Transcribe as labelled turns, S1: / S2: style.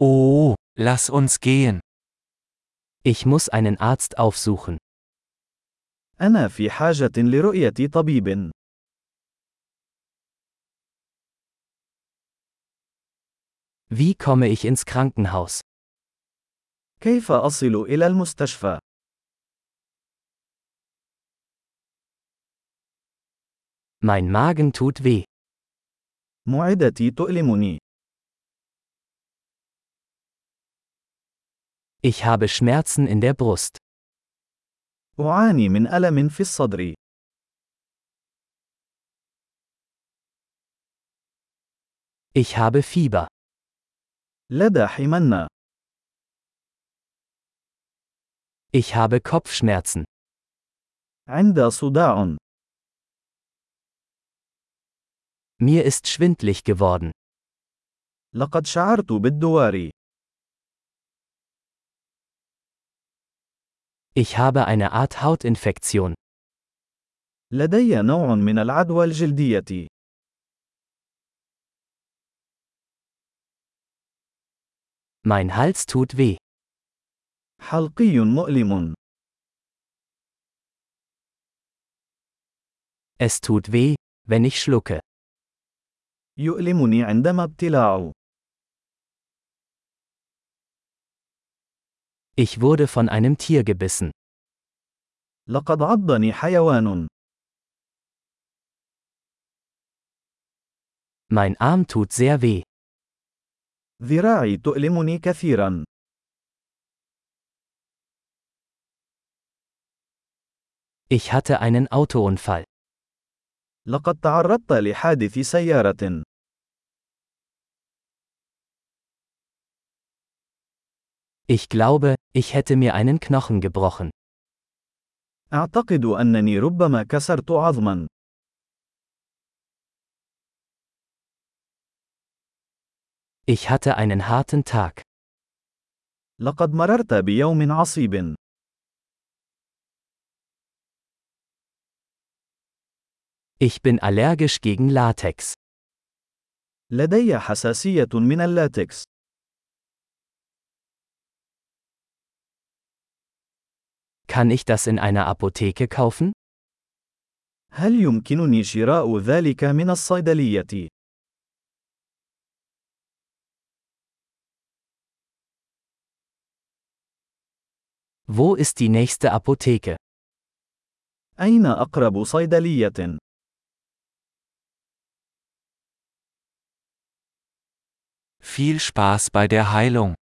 S1: Oh, Lass uns gehen.
S2: Ich muss einen Arzt aufsuchen.
S3: أنا في حاجة لرؤية طبيب.
S2: Wie komme ich ins Krankenhaus?
S3: كيف أصل إلى المستشفى؟
S2: Mein Magen tut weh.
S3: معدتي تؤلمني.
S2: Ich habe Schmerzen in der Brust.
S3: أعاني من ألم في الصدر.
S2: Ich habe Fieber.
S3: لدى حمى.
S2: Ich habe Kopfschmerzen.
S3: عند صداع.
S2: Mir ist schwindlig geworden.
S3: لقد شعرت بالدوار.
S2: Ich habe eine Art Hautinfektion.
S3: لدي نوع من العدوى الجلدية.
S2: Mein Hals tut weh.
S3: حلقي مؤلم.
S2: Es tut weh, wenn ich schlucke.
S3: يؤلمني عندما ابتلاع.
S2: Ich wurde von einem Tier gebissen.
S3: لقد عضني حيوان.
S2: Mein Arm tut sehr weh.
S3: ذراعي تؤلمني كثيرا.
S2: Ich hatte einen Autounfall.
S3: لقد تعرضت لحادث سيارة.
S2: Ich glaube, ich hätte mir einen Knochen gebrochen.
S3: أعتقد أنني ربما كسرت عظما.
S2: Ich hatte einen harten Tag.
S3: لقد مررت بيوم عصيب.
S2: Ich bin allergisch gegen Latex.
S3: لدي حساسية من اللاتكس.
S2: Kann ich das in einer Apotheke kaufen?
S3: هل يمكنني شراء ذلك من الصيدلية؟
S2: Wo ist die nächste Apotheke?
S3: أين أقرب صيدلية؟
S1: Viel Spaß bei der Heilung.